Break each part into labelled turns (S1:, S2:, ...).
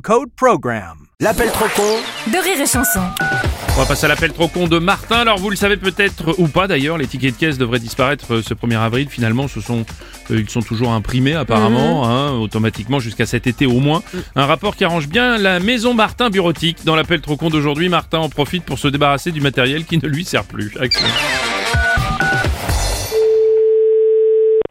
S1: code PROGRAM.
S2: L'appel trop con
S3: de rire et chanson.
S4: On va passer à l'appel trop con de Martin. Alors vous le savez peut-être ou pas d'ailleurs, les tickets de caisse devraient disparaître euh, ce 1er avril. Finalement, ce sont euh, ils sont toujours imprimés apparemment, hein, automatiquement jusqu'à cet été au moins. Un rapport qui arrange bien la maison Martin bureautique. Dans l'appel trop con d'aujourd'hui, Martin en profite pour se débarrasser du matériel qui ne lui sert plus. Action.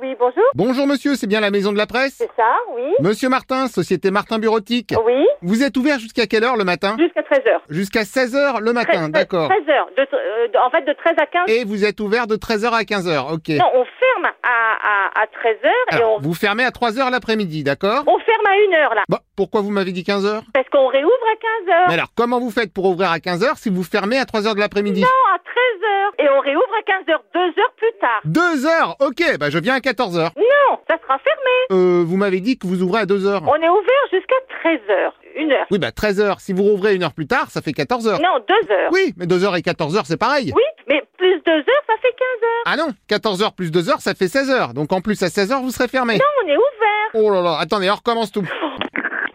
S5: Oui, bonjour.
S6: Bonjour monsieur, c'est bien la maison de la presse
S5: C'est ça, oui.
S6: Monsieur Martin, société Martin Bureautique.
S5: Oui.
S6: Vous êtes ouvert jusqu'à quelle heure le matin
S5: Jusqu'à 13h.
S6: Jusqu'à 16h le matin, d'accord.
S5: 13h. De, euh, de- en fait, de 13 à 15.
S6: Et vous êtes ouvert de 13h à 15h, ok.
S5: Non, on ferme à, à, à 13h et
S6: Alors,
S5: on,
S6: vous fermez à 3h l'après-midi, d'accord
S5: on ferme à 1h là.
S6: Bon, pourquoi vous m'avez dit 15h
S5: Parce qu'on réouvre à 15h.
S6: Mais alors, comment vous faites pour ouvrir à 15h si vous fermez à 3h de l'après-midi
S5: Non, à 13h. Et on réouvre à 15h, deux heures plus tard.
S6: 2h Ok, bah je viens à 14h.
S5: Non, ça sera fermé.
S6: Euh, vous m'avez dit que vous ouvrez à 2h.
S5: On est ouvert jusqu'à 13h. Une heure.
S6: Oui, bah 13h. Si vous rouvrez une heure plus tard, ça fait 14h.
S5: Non, deux heures.
S6: Ah. Oui, mais 2h et 14h, c'est pareil.
S5: Oui, mais plus deux heures, ça fait 15h.
S6: Ah non, 14h plus 2h, ça fait 16h. Donc en plus, à 16h, vous serez fermé.
S5: Non, on est ouvert.
S6: Oh là là, attendez, on recommence tout.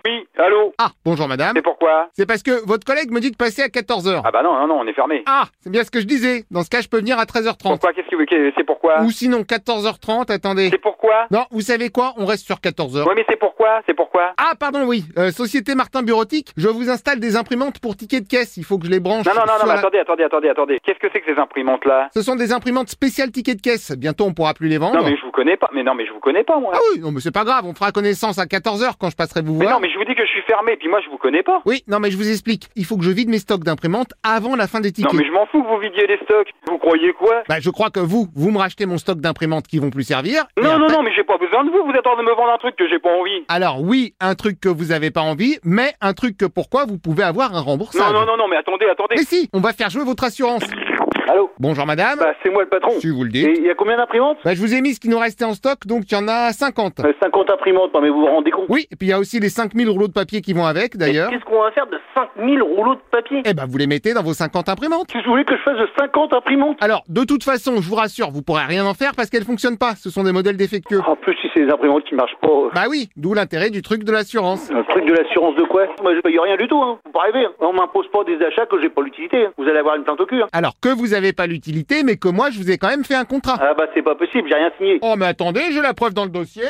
S7: Oui, allô
S6: Ah, bonjour madame.
S7: C'est pourquoi
S6: C'est parce que votre collègue me dit de passer à 14h.
S7: Ah bah non, non, non, on est fermé.
S6: Ah, c'est bien ce que je disais. Dans ce cas, je peux venir à 13h30.
S7: Pourquoi Qu'est-ce que vous... qu'est- C'est pourquoi
S6: Ou sinon, 14h30, attendez.
S7: C'est pourquoi
S6: Non, vous savez quoi On reste sur 14h.
S7: Ouais, mais c'est pourquoi C'est pourquoi
S6: Ah, pardon, oui. Euh, Société Martin Bureautique, je vous installe des imprimantes pour tickets de caisse. Il faut que je les branche.
S7: Non, non, non,
S6: sur
S7: non, mais
S6: la-
S7: attendez, attendez, attendez, attendez. Qu'est-ce que c'est que ces imprimantes-là
S6: Ce sont des imprimantes spéciales tickets de caisse. Bientôt, on pourra plus les vendre.
S7: Non, mais je vous connais pas. Mais non, mais je vous connais pas, moi.
S6: Ah oui, non, mais c'est pas grave. On fera connaissance à 14h quand je passerai vous
S7: Mais
S6: voir.
S7: non, mais je vous dis que je suis fermé, puis moi, je vous connais pas.
S6: Oui, non, mais je vous explique. Il faut que je vide mes stocks d'imprimantes avant la fin des
S7: Non,
S6: tickets.
S7: mais je m'en fous que vous vidiez les stocks. Vous croyez quoi
S6: Bah, je crois que vous, vous me rachetez mon stock d'imprimantes qui vont plus servir. et
S7: Non, non,
S6: après-
S7: non, mais j'ai pas besoin de vous. Vous êtes en train de me vendre un truc que j'ai pas envie.
S6: Alors oui, un truc que vous avez pas envie, mais un truc que pourquoi vous pouvez avoir un
S7: Non,
S6: remboursable.
S7: non, non, non, mais attendez, attendez.
S6: Mais si, on va faire jouer votre assurance.
S7: Allô
S6: Bonjour madame.
S7: Bah, c'est moi le patron.
S6: si vous le
S7: Et
S6: dites.
S7: il y a combien d'imprimantes
S6: Bah, je vous ai mis ce qui nous restait en stock, donc il y en a 50.
S7: Euh, 50 imprimantes, non, mais vous vous rendez compte
S6: Oui, et puis il y a aussi les 5000 rouleaux de papier qui vont avec d'ailleurs.
S7: Qu'est-ce qu'on va faire de 5000 rouleaux de papier
S6: Eh ben vous les mettez dans vos 50 imprimantes.
S7: Tu voulais que je fasse de 50 imprimantes
S6: Alors, de toute façon, je vous rassure, vous pourrez rien en faire parce qu'elles fonctionnent pas. Ce sont des modèles défectueux.
S7: Oh, En plus, si c'est des imprimantes qui marchent pas, euh,
S6: Bah oui, d'où l'intérêt du truc de l'assurance.
S7: le truc de l'assurance de quoi Moi, je paye rien du tout, hein. Vous pas rêver, hein. On m'impose pas des achats que j'ai pas l'utilité. hein. Vous allez avoir une plainte au cul, hein.
S6: Alors que vous avez pas l'utilité, mais que moi je vous ai quand même fait un contrat.
S7: Ah bah, c'est pas possible, j'ai rien signé.
S6: Oh mais attendez, j'ai la preuve dans le dossier.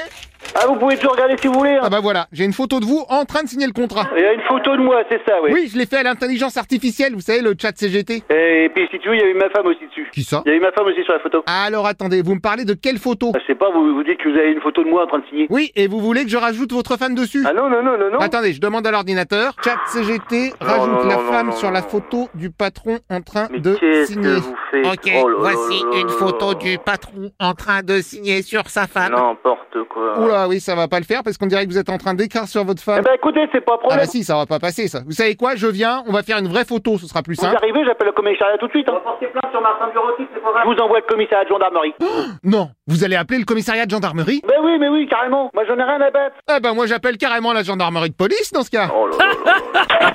S7: Ah, vous pouvez toujours regarder si vous voulez,
S6: Ah
S7: hein.
S6: bah voilà, j'ai une photo de vous en train de signer le contrat.
S7: Il y a une photo de moi, c'est ça, ouais.
S6: Oui, je l'ai fait à l'intelligence artificielle, vous savez, le chat CGT.
S7: Et puis, si tu veux, il y a eu ma femme aussi dessus.
S6: Qui ça
S7: Il y a eu ma femme aussi sur la photo.
S6: Alors attendez, vous me parlez de quelle photo
S7: Ah, je sais pas, vous, vous dites que vous avez une photo de moi en train de signer.
S6: Oui, et vous voulez que je rajoute votre femme dessus
S7: Ah non, non, non, non, non.
S6: Attendez, je demande à l'ordinateur. Chat CGT rajoute
S7: non,
S6: la
S7: non,
S6: femme
S7: non,
S6: sur la
S7: non.
S6: photo du patron en train
S7: Mais
S6: de
S7: qu'est-ce
S6: signer.
S7: que vous faites
S8: Ok,
S7: Oh là là
S8: voici
S7: là
S8: une
S7: là
S8: photo
S7: là.
S8: du patron en train de signer sur sa femme.
S7: N'importe quoi.
S6: Oula, oui, ça va pas le faire parce qu'on dirait que vous êtes en train d'écrire sur votre
S7: Ah. Eh
S6: femme.
S7: ben, écoutez, c'est pas un
S6: Ah
S7: problème.
S6: bah si, ça va pas passer ça. Vous savez quoi, je viens, on va faire une vraie photo, ce sera plus
S7: Vous
S6: simple.
S7: arrivez, j'appelle le commissariat tout de suite. On va porter plainte sur Martin Bureautique, c'est pas grave. Hein Je vous envoie le commissariat de gendarmerie.
S6: Non, vous allez appeler le commissariat de gendarmerie
S7: ben oui, mais oui, carrément. Moi, j'en ai rien à battre.
S6: Eh ben moi j'appelle carrément la gendarmerie de police dans ce cas.
S7: Oh là là là là.